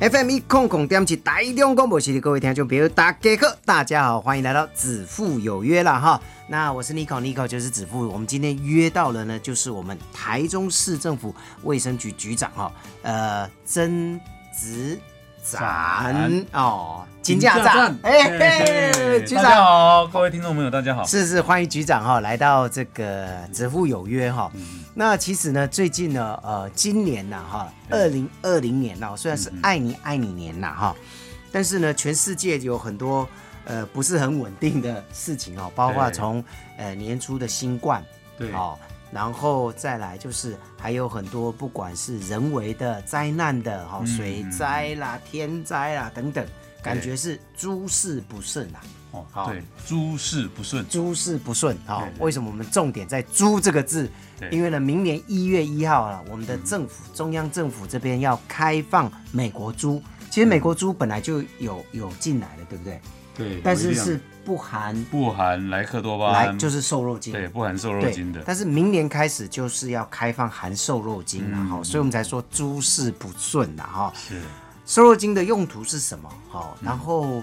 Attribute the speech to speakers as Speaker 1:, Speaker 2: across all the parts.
Speaker 1: FM 一空空点起台中广播系的各位听众朋友，大家好，大家好，欢迎来到子父有约了哈。那我是 Nico，Nico 就是子父。我们今天约到了呢，就是我们台中市政府卫生局局长哈，呃，曾子展
Speaker 2: 展
Speaker 1: 哦，金价
Speaker 2: 站
Speaker 1: 站，，哎嘿，局
Speaker 2: 大家
Speaker 1: 长。
Speaker 2: 好，各位听众朋友，大家好。
Speaker 1: 是是，欢迎局长哈、来到这个子父有约哈、
Speaker 2: 嗯
Speaker 1: 那其实呢，最近呢，呃，今年呐、哈，
Speaker 2: 嗯
Speaker 1: 二零二零年呐、虽然是爱你爱你年呐、哈，
Speaker 2: 嗯
Speaker 1: 但是呢，全世界有很多呃不是很稳定的事情哦，包括
Speaker 2: 对
Speaker 1: 从呃年初的新冠，
Speaker 2: 对
Speaker 1: 哦，然后再来就是还有很多不管是人为的灾难的
Speaker 2: 嗯
Speaker 1: 哈、哦，水灾啦、天灾啦等等，感觉是诸事不顺啊。
Speaker 2: 哦
Speaker 1: 好，
Speaker 2: 对，诸事不顺，
Speaker 1: 诸事不顺啊、
Speaker 2: 对对
Speaker 1: 为什么我们重点在“猪”这个字？
Speaker 2: 对
Speaker 1: 因为呢，明年一月一号啊，我们的政府、中央政府这边要开放美国猪。其实美国猪本来就有有进来了，对不对？
Speaker 2: 对，
Speaker 1: 但
Speaker 2: 不
Speaker 1: 是
Speaker 2: 一样
Speaker 1: 是不含
Speaker 2: 不含莱克多巴
Speaker 1: 来
Speaker 2: 胺，
Speaker 1: 就是瘦肉精，
Speaker 2: 对，不含瘦肉
Speaker 1: 对
Speaker 2: 精的，
Speaker 1: 但是明年开始就是要开放含瘦肉精
Speaker 2: 嗯
Speaker 1: 了哈、所以我们才说诸事不顺啦哈。
Speaker 2: 是
Speaker 1: 瘦肉精的用途是什么？
Speaker 2: 嗯
Speaker 1: 好、然后、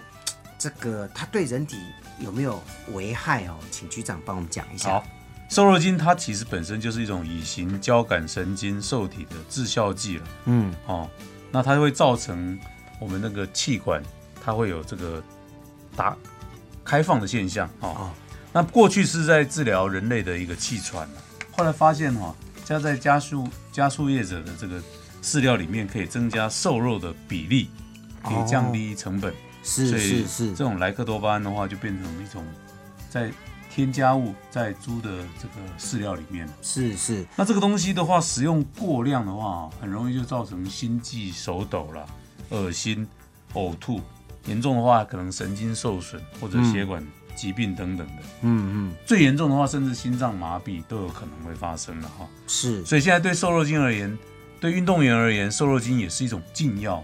Speaker 1: 这个它对人体有没有危害哦？请局长帮我们讲一下
Speaker 2: 好。。瘦肉精它其实本身就是一种乙型交感神经受体的致效剂了
Speaker 1: 嗯，
Speaker 2: 哦，那它会造成我们那个气管它会有这个打开放的现象哦。
Speaker 1: 哦
Speaker 2: 那过去是在治疗人类的一个气喘啊后来发现哈、加在加速加速业者的这个饲料里面可以增加瘦肉的比例，可以降低成本，所
Speaker 1: 哦是
Speaker 2: 以
Speaker 1: 是是
Speaker 2: 这，种莱克多巴胺的话就变成一种在添加物在猪的这个饲料里面了。
Speaker 1: 是是，
Speaker 2: 那这个东西的话，使用过量的话，很容易就造成心悸、手抖啦、恶心、呕吐，严重的话可能神经受损或者血管疾病等等的。
Speaker 1: 嗯嗯，
Speaker 2: 最严重的话，甚至心脏麻痹都有可能会发生了哈。
Speaker 1: 是
Speaker 2: 所以现在对瘦肉精而言，对运动员而言，瘦肉精也是一种禁药，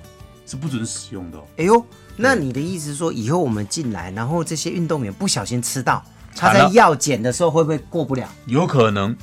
Speaker 2: 是不准使用的、哦。
Speaker 1: 哎呦，那你的意思是说，以后我们进来，然后这些运动员不小心吃到，他
Speaker 2: 惨
Speaker 1: 在
Speaker 2: 了
Speaker 1: 药检的时候会不会过不了？
Speaker 2: 有可能，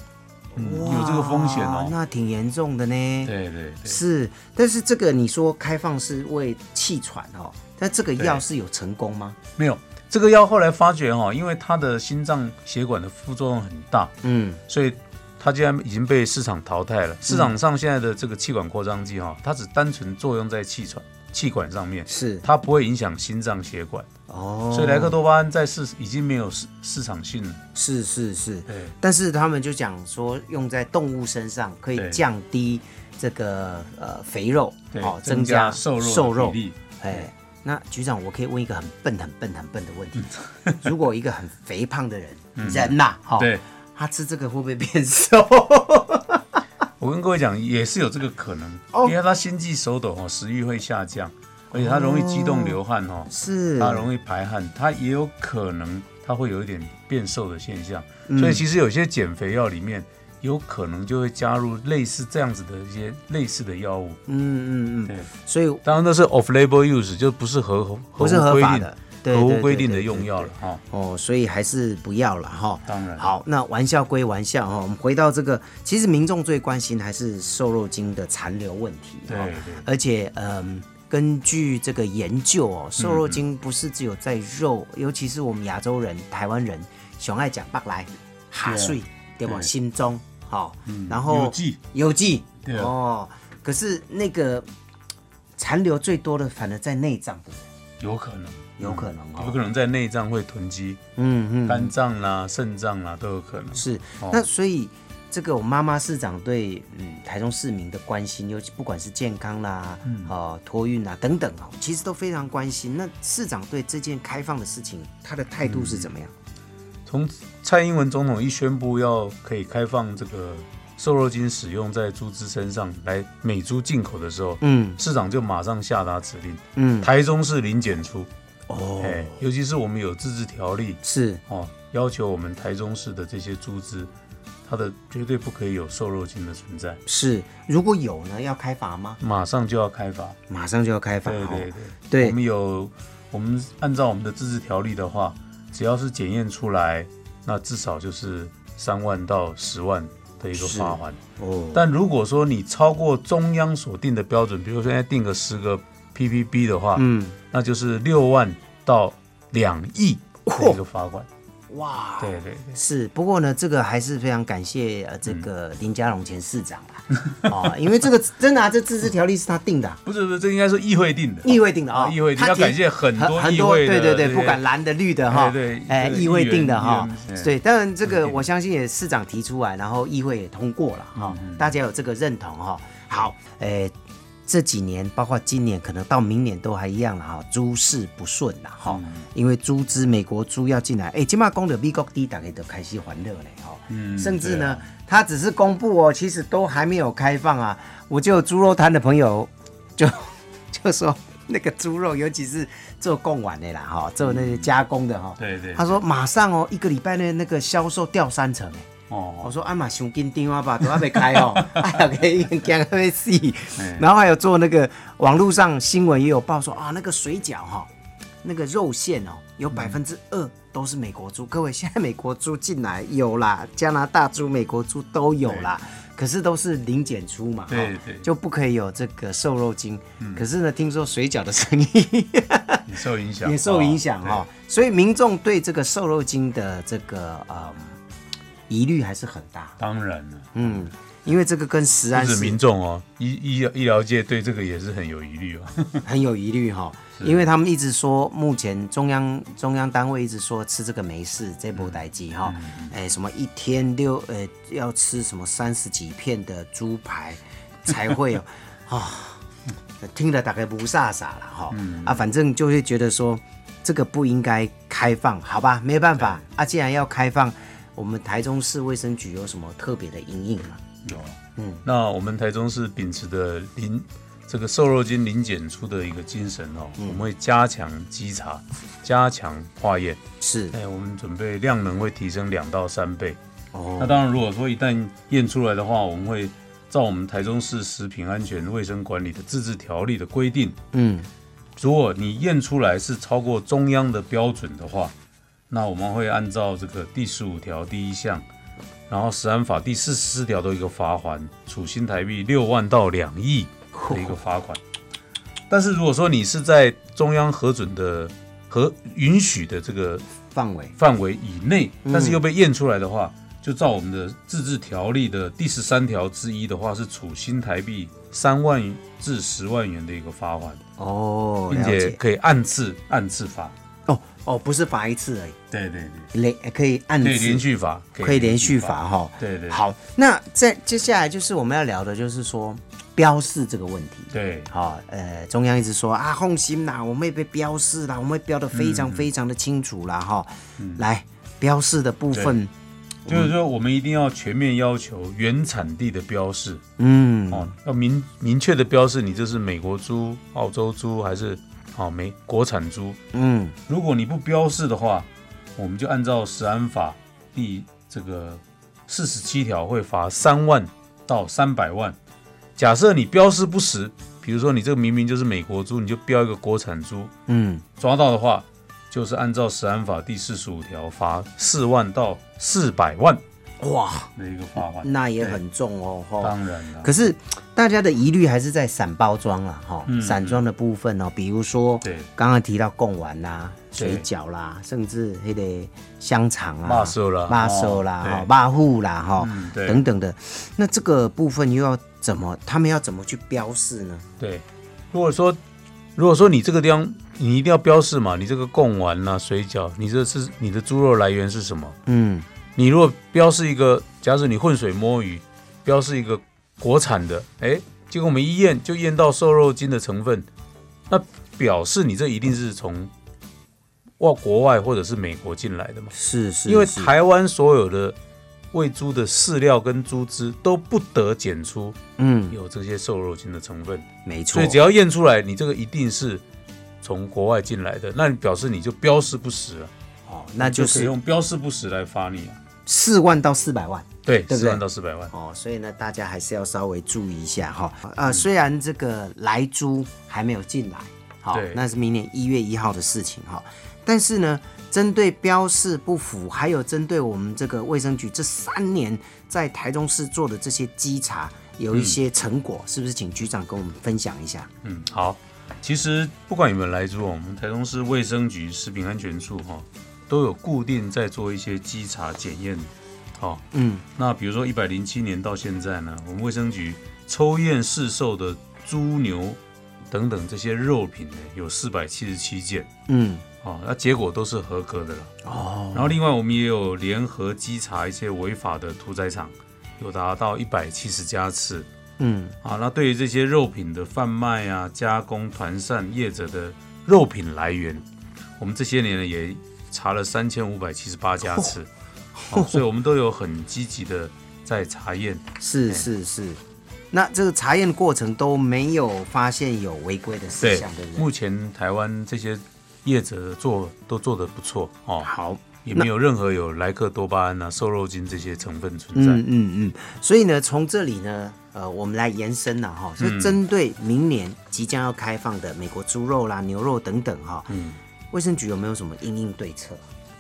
Speaker 2: 嗯，
Speaker 1: 哇
Speaker 2: 有这个风险哦。
Speaker 1: 那挺严重的呢。
Speaker 2: 对对对，
Speaker 1: 是，但是这个你说开放是为气喘哦，但这个药
Speaker 2: 对
Speaker 1: 是有成功吗？
Speaker 2: 没有这个药后来发觉哈、因为它的心脏血管的副作用很大，
Speaker 1: 嗯，
Speaker 2: 所以它既然已经被市场淘汰了。市场上现在的这个气管扩张剂哈，它只单纯作用在气喘、气管上面，
Speaker 1: 是
Speaker 2: 它不会影响心脏血管。
Speaker 1: 哦，
Speaker 2: 所以莱克多巴胺在市已经没有市市场性了。
Speaker 1: 是是是，
Speaker 2: 对
Speaker 1: 但是他们就讲说，用在动物身上可以
Speaker 2: 对
Speaker 1: 降低这个呃肥肉，
Speaker 2: 对，
Speaker 1: 哦，
Speaker 2: 增
Speaker 1: 加
Speaker 2: 瘦肉
Speaker 1: 瘦
Speaker 2: 的
Speaker 1: 肉
Speaker 2: 比例。
Speaker 1: 哎，那局长，我可以问一个很笨、很笨、很笨的问题： 如果一个很肥胖的人，人呐、哈、
Speaker 2: 嗯对，
Speaker 1: 他吃这个会不会变瘦？
Speaker 2: 我跟各位讲，也是有这个可能，
Speaker 1: 哦
Speaker 2: 因为它心悸、手抖哦，食欲会下降，而且它容易激动流汗哦，
Speaker 1: 是，
Speaker 2: 它容易排汗，它也有可能它会有一点变瘦的现象。
Speaker 1: 嗯
Speaker 2: 所以其实有些减肥药里面有可能就会加入类似这样子的一些类似的药物。
Speaker 1: 嗯嗯嗯，
Speaker 2: 对，
Speaker 1: 所以
Speaker 2: 当然那是 off-label use，就不是合合
Speaker 1: 不是
Speaker 2: 乎
Speaker 1: 合
Speaker 2: 规
Speaker 1: 法
Speaker 2: 定
Speaker 1: 的，对
Speaker 2: 合
Speaker 1: 对
Speaker 2: 乎
Speaker 1: 对
Speaker 2: 规定
Speaker 1: 对
Speaker 2: 的
Speaker 1: 对
Speaker 2: 用
Speaker 1: 对
Speaker 2: 药了哈。
Speaker 1: 哦，所以还是不要了哈。
Speaker 2: 当然
Speaker 1: 好，那玩笑归玩笑哈，我们回到这个，其实民众最关心还是瘦肉精的残留问题。
Speaker 2: 对
Speaker 1: 哈
Speaker 2: 对
Speaker 1: 而且嗯。根据这个研究哦，瘦肉精不是只有在肉，
Speaker 2: 嗯
Speaker 1: 尤其是我们亚洲人、台湾人，熊爱讲“白来哈睡”，对吧？
Speaker 2: 对嗯
Speaker 1: 心中好、然后
Speaker 2: 有剂
Speaker 1: 有剂
Speaker 2: 对啊
Speaker 1: 哦，可是那个嘖残留最多的反而在内脏，对不对？
Speaker 2: 有可能，
Speaker 1: 有可能哦，
Speaker 2: 有可能在内脏会囤积，
Speaker 1: 嗯嗯，
Speaker 2: 肝脏啦、肾脏啦都有可能。
Speaker 1: 是，
Speaker 2: 哦
Speaker 1: 那所以这个我妈妈市长对嗯台中市民的关心，尤其不管是健康啦、呃托运啊等等哦，其实都非常关心。那市长对这件开放的事情，他的态度是怎么样？
Speaker 2: 从蔡英文总统一宣布要可以开放这个瘦肉精使用在猪只身上来美猪进口的时候，
Speaker 1: 嗯
Speaker 2: 市长就马上下达指令，
Speaker 1: 嗯，
Speaker 2: 台中市零检出，
Speaker 1: 哦
Speaker 2: 哎、尤其是我们有自治条例
Speaker 1: 是
Speaker 2: 哦，要求我们台中市的这些猪只，它的绝对不可以有瘦肉精的存在，
Speaker 1: 是，如果有呢，要开罚吗？
Speaker 2: 马上就要开罚。
Speaker 1: 马上就要开罚
Speaker 2: 对对
Speaker 1: 哦。
Speaker 2: 对，
Speaker 1: 对
Speaker 2: 我们有，我们按照我们的自治条例的话，只要是检验出来，那至少就是三万到十万的一个
Speaker 1: 是
Speaker 2: 罚款。
Speaker 1: 哦，
Speaker 2: 但如果说你超过中央所定的标准，比如说现在定个十个 PPB 的话，
Speaker 1: 嗯，
Speaker 2: 那就是六万到两亿的一个罚款。
Speaker 1: 哇，
Speaker 2: 对对对，
Speaker 1: 是，不过呢，这个还是非常感谢呃这个林佳龙前市长啦， 哦，因为这个真的啊，这自治条例是他定的啊、
Speaker 2: 不是不是，这应该说议会定的。
Speaker 1: 议会定的啊，
Speaker 2: 啊议会定
Speaker 1: 他
Speaker 2: 要
Speaker 1: 提
Speaker 2: 感谢很多
Speaker 1: 很
Speaker 2: 议会的
Speaker 1: 对对对，
Speaker 2: 这些
Speaker 1: 不管蓝的绿的哈，
Speaker 2: 对对
Speaker 1: 哎，
Speaker 2: 对
Speaker 1: 议会定的哈
Speaker 2: 议员，
Speaker 1: 对，当然这个
Speaker 2: 嗯
Speaker 1: 我相信也市长提出来，然后议会也通过了
Speaker 2: 嗯
Speaker 1: 哈，大家有这个认同哈。好，哎，这几年包括今年，可能到明年都还一样了哈，诸事不顺了哈，
Speaker 2: 嗯
Speaker 1: 因为猪只美国猪要进来，哎，今嘛讲的美国猪大概都开始欢乐嘞哈，
Speaker 2: 嗯
Speaker 1: 甚至
Speaker 2: 对
Speaker 1: 呢
Speaker 2: 啊，
Speaker 1: 他只是公布哦，其实都还没有开放啊，我就有猪肉摊的朋友 就就说那个猪肉，尤其是做贡丸的啦，哈，做那些加工的哈。
Speaker 2: 对对
Speaker 1: 他说马上哦，一个礼拜内那个销售掉三成哎。我
Speaker 2: 哦，
Speaker 1: 说啊嘛，上紧张啊吧，都还没开 哦，哎呀，给人讲还没死
Speaker 2: 哎。
Speaker 1: 然后还有做那个网络上新闻也有报说啊，那个水饺哈、那个肉馅哦，有
Speaker 2: 嗯
Speaker 1: 百分之二都是美国猪。各位，现在美国猪进来有啦，加拿大猪、美国猪都有啦，可是都是零检出嘛，
Speaker 2: 对
Speaker 1: 哦
Speaker 2: 对嗯
Speaker 1: 就不可以有这个瘦肉精。可是呢，听说水饺的生 意
Speaker 2: 也受影响，哦
Speaker 1: 也受影响哦哈、所以民众对这个瘦肉精的这个呃疑虑还是很大。
Speaker 2: 对。当然了，
Speaker 1: 嗯，因为这个跟食安
Speaker 2: 不止
Speaker 1: 是
Speaker 2: 民众哦，医医医疗界对这个也是很有疑虑哦。
Speaker 1: 很有疑虑哈，
Speaker 2: 是
Speaker 1: 因为他们一直说目前中央中央单位一直说吃这个没事，这波代鸡哈，
Speaker 2: 嗯
Speaker 1: 哎什么一天六呃要吃什么三十几片的猪排才会有 啊，听了大概不飒飒了哈，
Speaker 2: 嗯
Speaker 1: 啊反正就会觉得说这个不应该开放，好吧，没办法啊，既然要开放，我们台中市卫生局有什么特别的阴影吗？
Speaker 2: 有，嗯，那我们台中市秉持的零这个瘦肉精零检出的一个精神哦，我们会加强稽查，加强化验。
Speaker 1: 是
Speaker 2: 哎，我们准备量能会提升两到三倍。那
Speaker 1: 哦，
Speaker 2: 当然，如果说一旦验出来的话，我们会照我们台中市食品安全卫生管理的自治条例的规定，
Speaker 1: 嗯。
Speaker 2: 如果你验出来是超过中央的标准的话，那我们会按照这个第十五条第一项，然后食安法第四十四条的一个罚款，处新台币六万到两亿的一个罚款。但是如果说你是在中央核准的和允许的这个
Speaker 1: 范围
Speaker 2: 范围以内，
Speaker 1: 嗯
Speaker 2: 但是又被验出来的话，就照我们的自治条例的第十三条之一的话，是处新台币三万至十万元的一个罚款。
Speaker 1: 哦，
Speaker 2: 并
Speaker 1: 了解
Speaker 2: 且可以按次按次罚。
Speaker 1: 哦哦，不是罚一次而已，
Speaker 2: 对对对，
Speaker 1: 连呃可以按
Speaker 2: 可以
Speaker 1: 次
Speaker 2: 连续罚，
Speaker 1: 可以连续罚哈。
Speaker 2: 对对，，
Speaker 1: 好，那再接下来就是我们要聊的，就是说标示这个问题。
Speaker 2: 对
Speaker 1: 好、呃，中央一直说啊，放心啦，我们会被标示啦，我们会标的非
Speaker 2: 嗯
Speaker 1: 常非常的清楚啦哈、来，标示的部分，
Speaker 2: 就是说我们一定要全面要求原产地的标示
Speaker 1: 嗯，
Speaker 2: 哦，要明明确的标示你这是美国猪、澳洲猪还是哦美国产猪。
Speaker 1: 嗯，
Speaker 2: 如果你不标示的话，我们就按照食安法第这个四十七条会罚三万到三百万。假设你标示不实，比如说你这个明明就是美国猪，你就标一个国产猪，
Speaker 1: 嗯，
Speaker 2: 抓到的话，就是按照食安法第四十五条罚四万到四百万
Speaker 1: 哇，
Speaker 2: 的一个罚款。
Speaker 1: 那也很重哦，哈、
Speaker 2: 当然了，
Speaker 1: 可是大家的疑虑还是在散包装啦，哈、散装的部分哦，比如说
Speaker 2: 嗯对
Speaker 1: 刚刚提到贡丸啦、
Speaker 2: 对
Speaker 1: 水饺啦，甚至那个香肠啊、
Speaker 2: 肉瘦啦
Speaker 1: 麻手啦、
Speaker 2: 哦
Speaker 1: 哈、麻糊啦、哈、
Speaker 2: 嗯对
Speaker 1: 等等的，那这个部分又要怎么？他们要怎么去标示呢？
Speaker 2: 对，如果说如果说你这个地方你一定要标示嘛，你这个贡丸呐、水饺，你这是你的猪肉来源是什么？
Speaker 1: 嗯，
Speaker 2: 你如果标示一个，假设你浑水摸鱼，标示一个国产的，哎，结果我们一验就验到瘦肉精的成分，那表示你这一定是从外国外或者是美国进来的嘛？
Speaker 1: 是是，
Speaker 2: 因为
Speaker 1: 是
Speaker 2: 台湾所有的喂猪的饲料跟猪只都不得检出
Speaker 1: 嗯，
Speaker 2: 有这些瘦肉精的成分，
Speaker 1: 没错
Speaker 2: 所以，只要验出来，你这个一定是从国外进来的，那你表示你就标示不实了，
Speaker 1: 哦，那就
Speaker 2: 可以
Speaker 1: 是
Speaker 2: 用标示不实来罚你啊。
Speaker 1: 四万到四百万。
Speaker 2: 对，
Speaker 1: 对不对
Speaker 2: 四万到四百万，
Speaker 1: 哦，所以呢，大家还是要稍微注意一下哈。啊，虽然这个来猪还没有进来，好
Speaker 2: 对，
Speaker 1: 那是明年一月一号的事情哈。但是呢，针对标示不符，还有针对我们这个卫生局这三年在台中市做嗯的这些稽查，有一些成果，是不是？请局长跟我们分享一下。
Speaker 2: 嗯，好。其实不管有没有来猪，我们台中市卫生局食品安全处哈、都有固定在做一些稽查检验。好、
Speaker 1: 嗯，
Speaker 2: 那比如说一百零七年到现在呢，我们卫生局抽验市售的猪牛等等这些肉品呢，有四百七十七件。
Speaker 1: 嗯，
Speaker 2: 啊，那结果都是合格的了。
Speaker 1: 哦，
Speaker 2: 然后另外我们也有联合稽查一些违法的屠宰场，有达到一百七十家次。
Speaker 1: 嗯，
Speaker 2: 啊，那对于这些肉品的贩卖啊、加工、团散业者的肉品来源，我们这些年呢也查了三千五百七十八家次，
Speaker 1: 哦
Speaker 2: 好、所以我们都有很积极的在查验。
Speaker 1: 是是是。那这个查验过程都没有发现有违规的事
Speaker 2: 对
Speaker 1: 项，对，不对？
Speaker 2: 目前台湾这些业者做都做得不错哦，
Speaker 1: 好，
Speaker 2: 也没有任何有莱克多巴胺啊、瘦肉精这些成分存在。
Speaker 1: 嗯嗯嗯，所以呢，从这里呢，呃，我们来延伸了哈，
Speaker 2: 嗯
Speaker 1: 是针对明年即将要开放的美国猪肉啦、牛肉等等哈，
Speaker 2: 嗯
Speaker 1: 卫生局有没有什么应应对策？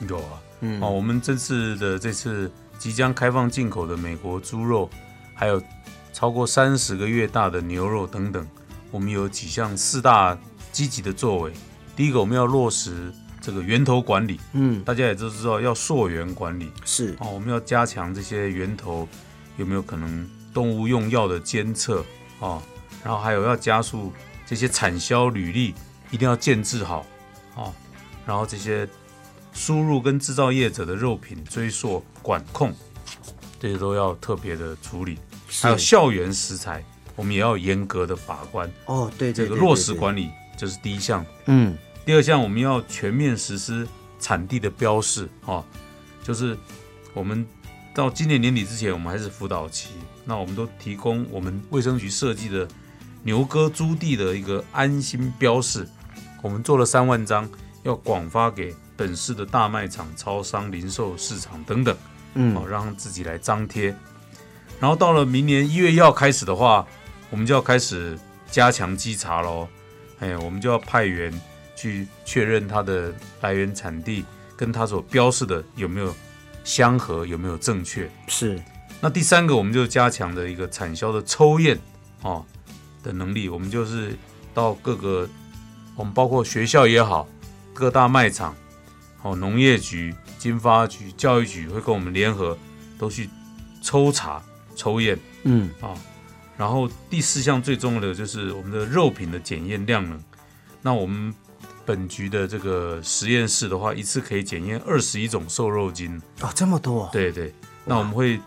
Speaker 2: 有啊，哦，我们这次的这次即将开放进口的美国猪肉，还有超过三十个月大的牛肉等等，我们有几项四大积极的作为。第一个，我们要落实这个源头管理，
Speaker 1: 嗯，
Speaker 2: 大家也都知道要溯源管理
Speaker 1: 是，
Speaker 2: 哦，我们要加强这些源头有没有可能动物用药的监测哦，然后还有要加速这些产销履历一定要建制好哦，然后这些输入跟制造业者的肉品追溯管控，这些都要特别的处理，还有
Speaker 1: 是
Speaker 2: 校园食材，我们也要严格的把关，
Speaker 1: 哦，对对
Speaker 2: 这
Speaker 1: 对
Speaker 2: 个
Speaker 1: 对
Speaker 2: 落实
Speaker 1: 对
Speaker 2: 管理这是第一项。
Speaker 1: 嗯，
Speaker 2: 第二项，我们要全面实施产地的标示，哈、哦，就是我们到今年年底之前，我们还是辅导期，那我们都提供我们卫生局设计的牛哥猪地的一个安心标示，我们做了三万张，要广发给本市的大卖场、超商、零售市场等等，
Speaker 1: 嗯
Speaker 2: 哦，让自己来张贴。然后到了明年一月要开始的话，我们就要开始加强稽查喽。哎，我们就要派员去确认它的来源产地跟它所标示的有没有相合，有没有正确。
Speaker 1: 是，
Speaker 2: 那第三个，我们就加强的一个产销的抽验哦的能力，我们就是到各个，我们包括学校也好，各大卖场，哦，农业局、经发局、教育局会跟我们联合，都去抽查抽验
Speaker 1: 嗯，
Speaker 2: 啊、然后第四项最重要的就是我们的肉品的检验量能。那我们本局的这个实验室的话，一次可以检验二十一种瘦肉精。
Speaker 1: 哦，这么多，
Speaker 2: 对对，那我们会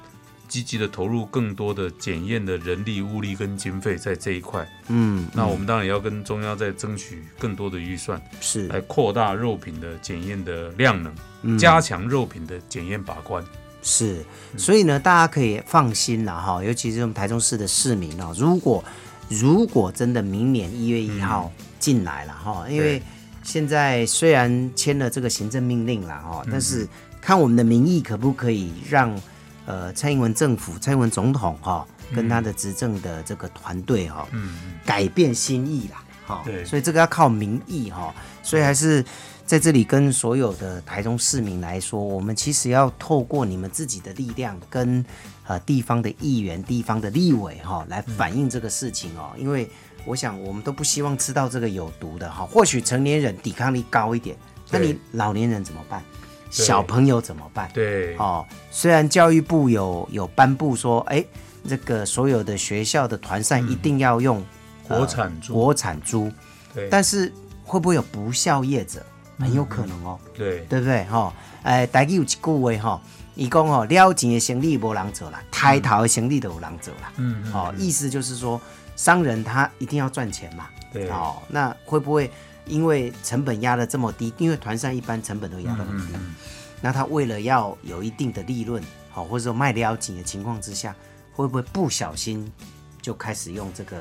Speaker 2: 积极的投入更多的检验的人力、物力跟经费在这一块。
Speaker 1: 嗯，
Speaker 2: 那我们当然也要跟中央再争取更多的预算，
Speaker 1: 是，
Speaker 2: 来扩大肉品的检验的量能，加强肉品的检验把关。
Speaker 1: 是，所以呢，大家可以放心了哈，尤其是我们台中市的市民哦，如果如果真的明年一月一号进来了哈，因为
Speaker 2: 对
Speaker 1: 现在虽然签了这个行政命令了哈，但是看我们的民意可不可以让呃蔡英文政府、蔡英文总统哈跟他的执政的这个团队哈，
Speaker 2: 嗯，
Speaker 1: 改变心意啦。好、
Speaker 2: 对
Speaker 1: 所以这个要靠民意哈、所以还是在这里跟所有的台中市民来说，我们其实要透过你们自己的力量跟呃地方的议员、地方的立委哈、来反映这个事情哦，
Speaker 2: 嗯
Speaker 1: 因为我想我们都不希望吃到这个有毒的哈、或许成年人抵抗力高一点，那
Speaker 2: 对
Speaker 1: 你老年人怎么办？小朋友怎么办？
Speaker 2: 对，
Speaker 1: 哦，虽然教育部有有颁布说，哎，这个所有的学校的团扇
Speaker 2: 嗯
Speaker 1: 一定要用、
Speaker 2: 国产猪
Speaker 1: 国产猪，
Speaker 2: 对，嗯
Speaker 1: 但是会不会有不孝业者？很有可能哦，
Speaker 2: 对，
Speaker 1: 对不对？哈、哎，大家有一句话哈，伊讲哦，了钱的生意无人做啦，开头的生意都有人做啦。
Speaker 2: 嗯，嗯
Speaker 1: 哦，意思就是说，商人他一定要赚钱嘛。
Speaker 2: 对
Speaker 1: 哦，那会不会因为成本压得这么低？因为团扇一般成本都压得很低，那他为了要有一定的利润，好、或者说卖了紧的情况之下，会不会不小心就开始用这个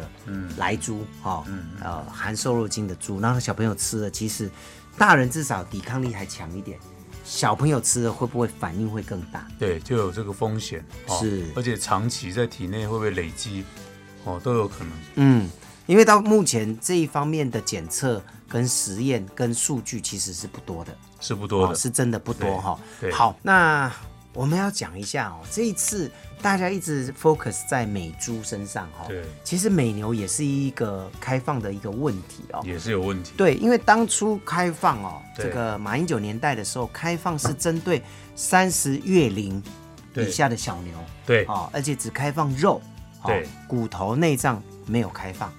Speaker 1: 来猪哦，呃含瘦肉精的猪，然后小朋友吃了，其实大人至少抵抗力还强一点，小朋友吃了会不会反应会更大？
Speaker 2: 对，就有这个风险。哦
Speaker 1: 是
Speaker 2: 而且长期在体内会不会累积？哦，都有可能。
Speaker 1: 嗯，因为到目前这一方面的检测、跟实验、跟数据其实是不多的，
Speaker 2: 是不多
Speaker 1: 哦
Speaker 2: 的，
Speaker 1: 是真的不多哈、
Speaker 2: 对对
Speaker 1: 好，那我们要讲一下哦，这一次大家一直 focus 在美猪身上哦，
Speaker 2: 对
Speaker 1: 其实美牛也是一个开放的一个问题哦。
Speaker 2: 也是有问题。
Speaker 1: 对，因为当初开放哦，
Speaker 2: 对
Speaker 1: 这个马英九年代的时候，开放是针对三十月龄
Speaker 2: 对
Speaker 1: 以下的小牛，
Speaker 2: 对
Speaker 1: 哦，而且只开放肉，哦
Speaker 2: 对，
Speaker 1: 骨头内脏没有开放。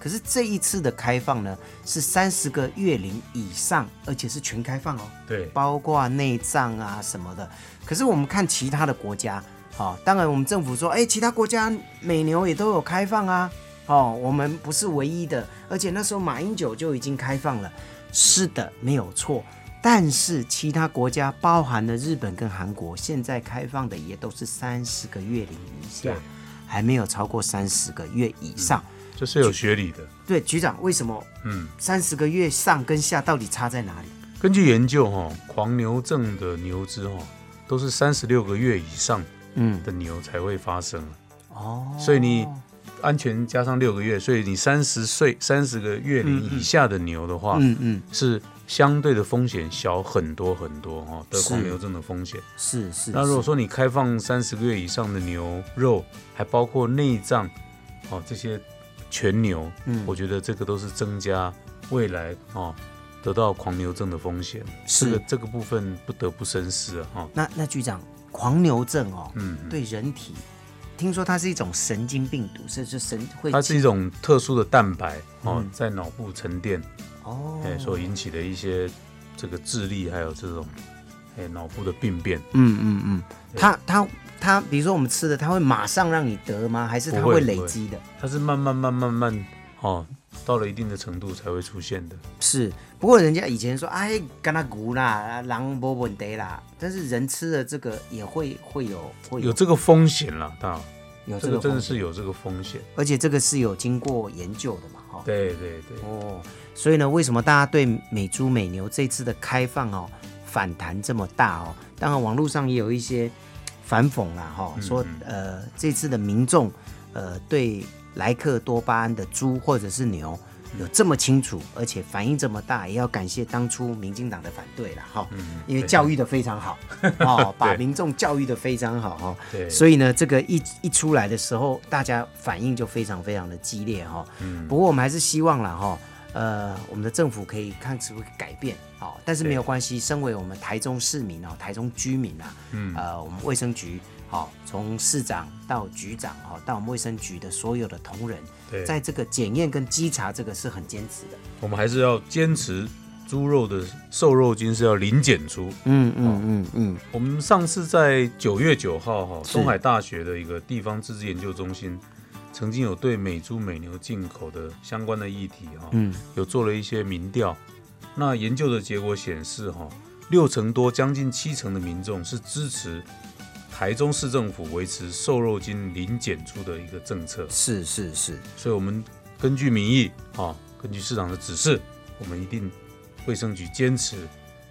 Speaker 1: 可是这一次的开放呢，是三十个月龄以上，而且是全开放哦，
Speaker 2: 对
Speaker 1: 包括内脏啊什么的。可是我们看其他的国家，哦，当然我们政府说，哎，其他国家美牛也都有开放啊，哦，我们不是唯一的，而且那时候马英九就已经开放了，是的，没有错。但是其他国家，包含了日本跟韩国，现在开放的也都是三十个月龄以下
Speaker 2: 对，
Speaker 1: 还没有超过三十个月以上。
Speaker 2: 这是有学理的。
Speaker 1: 对，局长，为什么
Speaker 2: 嗯，
Speaker 1: 三十个月上跟下到底差在哪里？
Speaker 2: 根据研究哈、狂牛症的牛只哈、都是三十六个月以上
Speaker 1: 嗯，
Speaker 2: 的牛才会发生，
Speaker 1: 哦，
Speaker 2: 所以你安全加上六个月，所以你三十岁三十个月龄以下的牛的话，
Speaker 1: 嗯嗯，
Speaker 2: 是相对的风险小很多很多哈、得狂牛症的风险。
Speaker 1: 是是。
Speaker 2: 那如果
Speaker 1: 是
Speaker 2: 说你开放三十个月以上的牛肉，还包括内脏，哦这些全牛，
Speaker 1: 嗯
Speaker 2: 我觉得这个都是增加未来哦得到狂牛症的风险。
Speaker 1: 是
Speaker 2: 这个这个部分不得不深思啊。哈、
Speaker 1: 那那局长，狂牛症哦，
Speaker 2: 嗯，嗯
Speaker 1: 对人体，听说它是一种神经病毒，是是神会
Speaker 2: 它是一种特殊的蛋白哦，在脑部沉淀，
Speaker 1: 嗯哦
Speaker 2: 哎、，所引起的一些这个智力还有这种哎脑部的病变。
Speaker 1: 嗯嗯嗯，它它它，比如说我们吃的，它会马上让你得吗？还是它
Speaker 2: 不会
Speaker 1: 会
Speaker 2: 不会
Speaker 1: 累积的？
Speaker 2: 它是慢慢慢慢慢哦，到了一定的程度才会出现的。
Speaker 1: 是，不过人家以前说，哎，干那骨啦，啊狼不稳得啦，但是人吃了这个也会会有会
Speaker 2: 有这个风险啦，大佬。
Speaker 1: 有
Speaker 2: 这
Speaker 1: 这
Speaker 2: 个
Speaker 1: 个
Speaker 2: 哦真的
Speaker 1: 风
Speaker 2: 是
Speaker 1: 险，
Speaker 2: 有这个风险。
Speaker 1: 而且这个是有经过研究的嘛，哈。
Speaker 2: 对对对，
Speaker 1: 哦，所以呢，为什么大家对美猪美牛这次的开放哦反弹这么大哦？当然，网络上也有一些反讽啦，哈、说呃这次的民众呃对莱克多巴胺的猪或者是牛有这么清楚，而且反应这么大，也要感谢当初民进党的反对啦，哈、因为教育的非常好，哦，把民众教育的非常好，哈、哦。
Speaker 2: 对，
Speaker 1: 所以呢，这个一一出来的时候，大家反应就非常非常的激烈哈、
Speaker 2: 嗯
Speaker 1: 不过我们还是希望啦哈、呃，我们的政府可以看是不是改变好、但是没有关系，身为我们台中市民哦，台中居民啊，
Speaker 2: 嗯
Speaker 1: 呃，我们卫生局好、从市长到局长哦，到我们卫生局的所有的同仁，
Speaker 2: 对
Speaker 1: 在这个检验跟稽查这个是很坚持的。
Speaker 2: 我们还是要坚持猪肉的瘦肉精是要零检出。
Speaker 1: 嗯嗯嗯嗯，
Speaker 2: 我们上次在九月九号哈，
Speaker 1: 是
Speaker 2: 东海大学的一个地方自治研究中心，曾经有对美猪美牛进口的相关的议题哈，
Speaker 1: 嗯，
Speaker 2: 有做了一些民调。那研究的结果显示哈，六成多，将近七成的民众是支持台中市政府维持瘦肉精零检出的一个政策。
Speaker 1: 是是是，
Speaker 2: 所以我们根据民意啊，根据市场的指示，我们一定卫生局坚持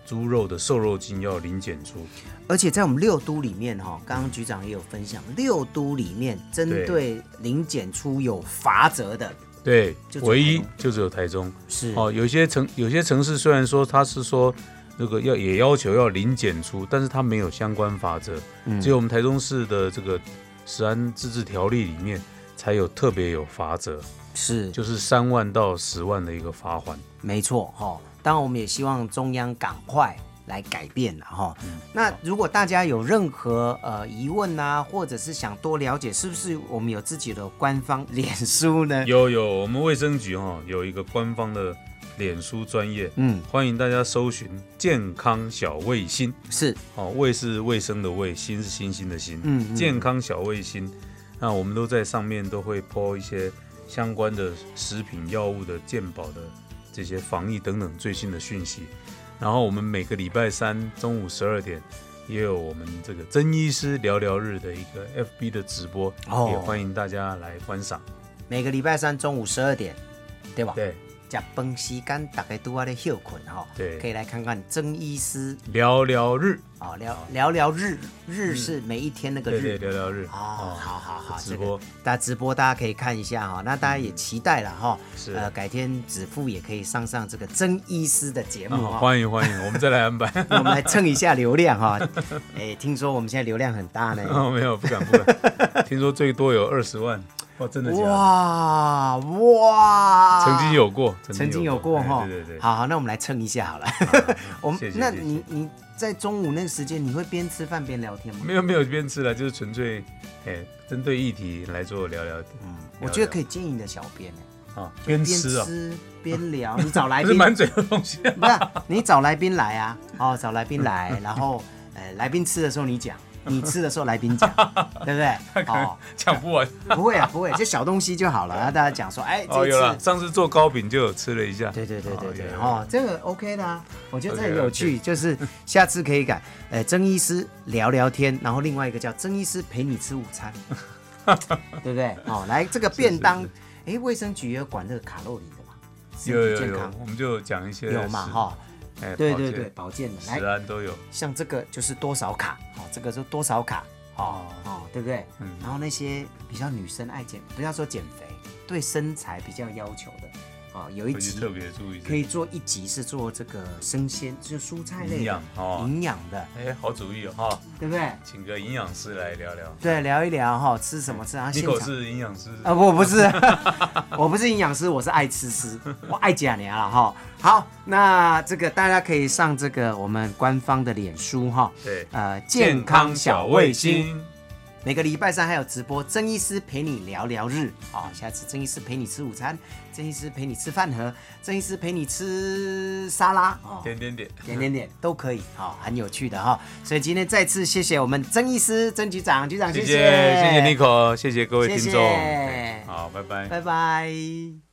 Speaker 2: 猪肉的瘦肉精要零检出。
Speaker 1: 而且在我们六都里面哈、刚刚局长也有分享，六都里面针对零检出有罚则的
Speaker 2: 对
Speaker 1: 就，只有
Speaker 2: 唯
Speaker 1: 台
Speaker 2: 一
Speaker 1: 中嗯
Speaker 2: 就只有台中
Speaker 1: 是
Speaker 2: 哦。有些城有些城市虽然说它是说那个要也要求要零检出，但是它没有相关法则，
Speaker 1: 嗯
Speaker 2: 只有我们台中市的这个食安自治条例里面才有特别有法则，
Speaker 1: 是
Speaker 2: 就是三万到十万的一个罚款。
Speaker 1: 没错哈、当然，我们也希望中央赶快来改变了哈、
Speaker 2: 嗯
Speaker 1: 那如果大家有任何呃疑问啊，或者是想多了解，是不是我们有自己的官方脸书呢？
Speaker 2: 有有，我们卫生局哈、有一个官方的脸书专业，
Speaker 1: 嗯，
Speaker 2: 欢迎大家搜寻“健康小卫星
Speaker 1: 是”
Speaker 2: 哦，卫是卫生的卫，星是星星的星，
Speaker 1: 嗯嗯
Speaker 2: 健康小卫星。那我们都在上面都会 po 一些相关的食品、药物的健保的这些防疫等等最新的讯息。然后我们每个礼拜三中午十二点也有我们这个曾医师聊聊日的一个 FB 的直播，
Speaker 1: 哦
Speaker 2: 也欢迎大家来观赏。
Speaker 1: 每个礼拜三中午十二点，对吧？
Speaker 2: 对，
Speaker 1: 假崩时间大概都要在休困哈，
Speaker 2: 对
Speaker 1: 可以来看看曾医师
Speaker 2: 聊聊日，
Speaker 1: 啊，聊聊聊日日是每一天那个
Speaker 2: 嗯对对，
Speaker 1: 日。
Speaker 2: 聊聊日，
Speaker 1: 哦，好好好，
Speaker 2: 直播
Speaker 1: 这个、大家直播大家可以看一下哈、那大家也期待了哈、
Speaker 2: 嗯是
Speaker 1: 呃，改天子父也可以上上这个曾医师的节目
Speaker 2: 那
Speaker 1: 哈、
Speaker 2: 好，哦欢迎欢迎，我们再来安排。
Speaker 1: 我们来蹭一下流量 哈、哎，听说我们现在流量很大呢。
Speaker 2: 哦，没有，不敢不敢。听说最多有二十万，哇，真的假的？
Speaker 1: 哇哇！
Speaker 2: 曾经有过，
Speaker 1: 曾经有过
Speaker 2: 哎
Speaker 1: 哈，
Speaker 2: 对对对，
Speaker 1: 好好，那我们来蹭一下好了。 我们
Speaker 2: 谢谢
Speaker 1: 那
Speaker 2: 谢谢
Speaker 1: 你你在中午那个时间，你会边吃饭边聊天吗？
Speaker 2: 没有没有边吃了，就是纯粹，哎，针对议题来做聊聊。嗯，
Speaker 1: 我觉得可以建议你的小编哎
Speaker 2: 啊，边
Speaker 1: 边
Speaker 2: 吃啊，
Speaker 1: 吃边聊，你找来
Speaker 2: 不是
Speaker 1: 宾
Speaker 2: 满嘴的东西啊。
Speaker 1: 不是你找来宾来啊，哦，找来宾来，然后呃，来宾吃的时候你讲，你吃的时候来宾讲，对 不对？哦，
Speaker 2: 讲不完
Speaker 1: 不会啊，不会，就小东西就好了，然后大家讲说，哎，
Speaker 2: 哦，
Speaker 1: 这一
Speaker 2: 有了，
Speaker 1: 次。
Speaker 2: 上次做糕饼就有吃了一下，
Speaker 1: 对对对对对
Speaker 2: 哦，有有
Speaker 1: 哦，这个 OK 的啊，我觉得这
Speaker 2: OK，
Speaker 1: 很有趣，就是下次可以改，呃，曾医师聊聊天，然后另外一个叫曾医师陪你吃午餐，对不对？哦，来这个便当，哎，卫生局也有管这个卡路里的嘛，身
Speaker 2: 有
Speaker 1: 体
Speaker 2: 有
Speaker 1: 健
Speaker 2: 有
Speaker 1: 康，
Speaker 2: 我们就讲一些
Speaker 1: 有嘛
Speaker 2: 食，
Speaker 1: 哈？
Speaker 2: 哎，
Speaker 1: 对
Speaker 2: 保
Speaker 1: 对
Speaker 2: 健
Speaker 1: 对，，保健的，
Speaker 2: 食
Speaker 1: 来，
Speaker 2: 安都有，
Speaker 1: 像这个就是多少卡，哦，这个是多少卡，哦哦，对不对？
Speaker 2: 嗯
Speaker 1: 然后那些比较女生爱减，不要说减肥，对身材比较要求的，哦，有一
Speaker 2: 回去
Speaker 1: 集
Speaker 2: 特别注意这个。
Speaker 1: 可以做一集是做这个生鲜，就是蔬菜类的
Speaker 2: 营养哦
Speaker 1: 营养的，
Speaker 2: 哎，好主意哦，哈，
Speaker 1: 对不对？
Speaker 2: 请个营养师来聊聊。
Speaker 1: 对，聊一聊哈，吃什么吃，然后啊现
Speaker 2: Nico
Speaker 1: 场。
Speaker 2: 是营养师，
Speaker 1: 啊，我不是， 我不是营养师，我是爱吃师，我爱假娘了哈。好，那这个大家可以上这个我们官方的脸书哈，
Speaker 2: 对
Speaker 1: 呃，健康小卫星，，每个礼拜三还有直播，曾医师陪你聊聊日啊、下次曾医师陪你吃午餐，曾医师陪你吃饭盒，曾医师陪你吃沙拉哦，
Speaker 2: 点点点，
Speaker 1: 点点点都可以，好、很有趣的哈、所以今天再次谢谢我们曾医师、曾局长、局长，
Speaker 2: 谢
Speaker 1: 谢
Speaker 2: 谢谢谢 Nico，谢谢各位听
Speaker 1: 谢
Speaker 2: 众，
Speaker 1: 谢
Speaker 2: 哎好，拜拜。
Speaker 1: 拜拜。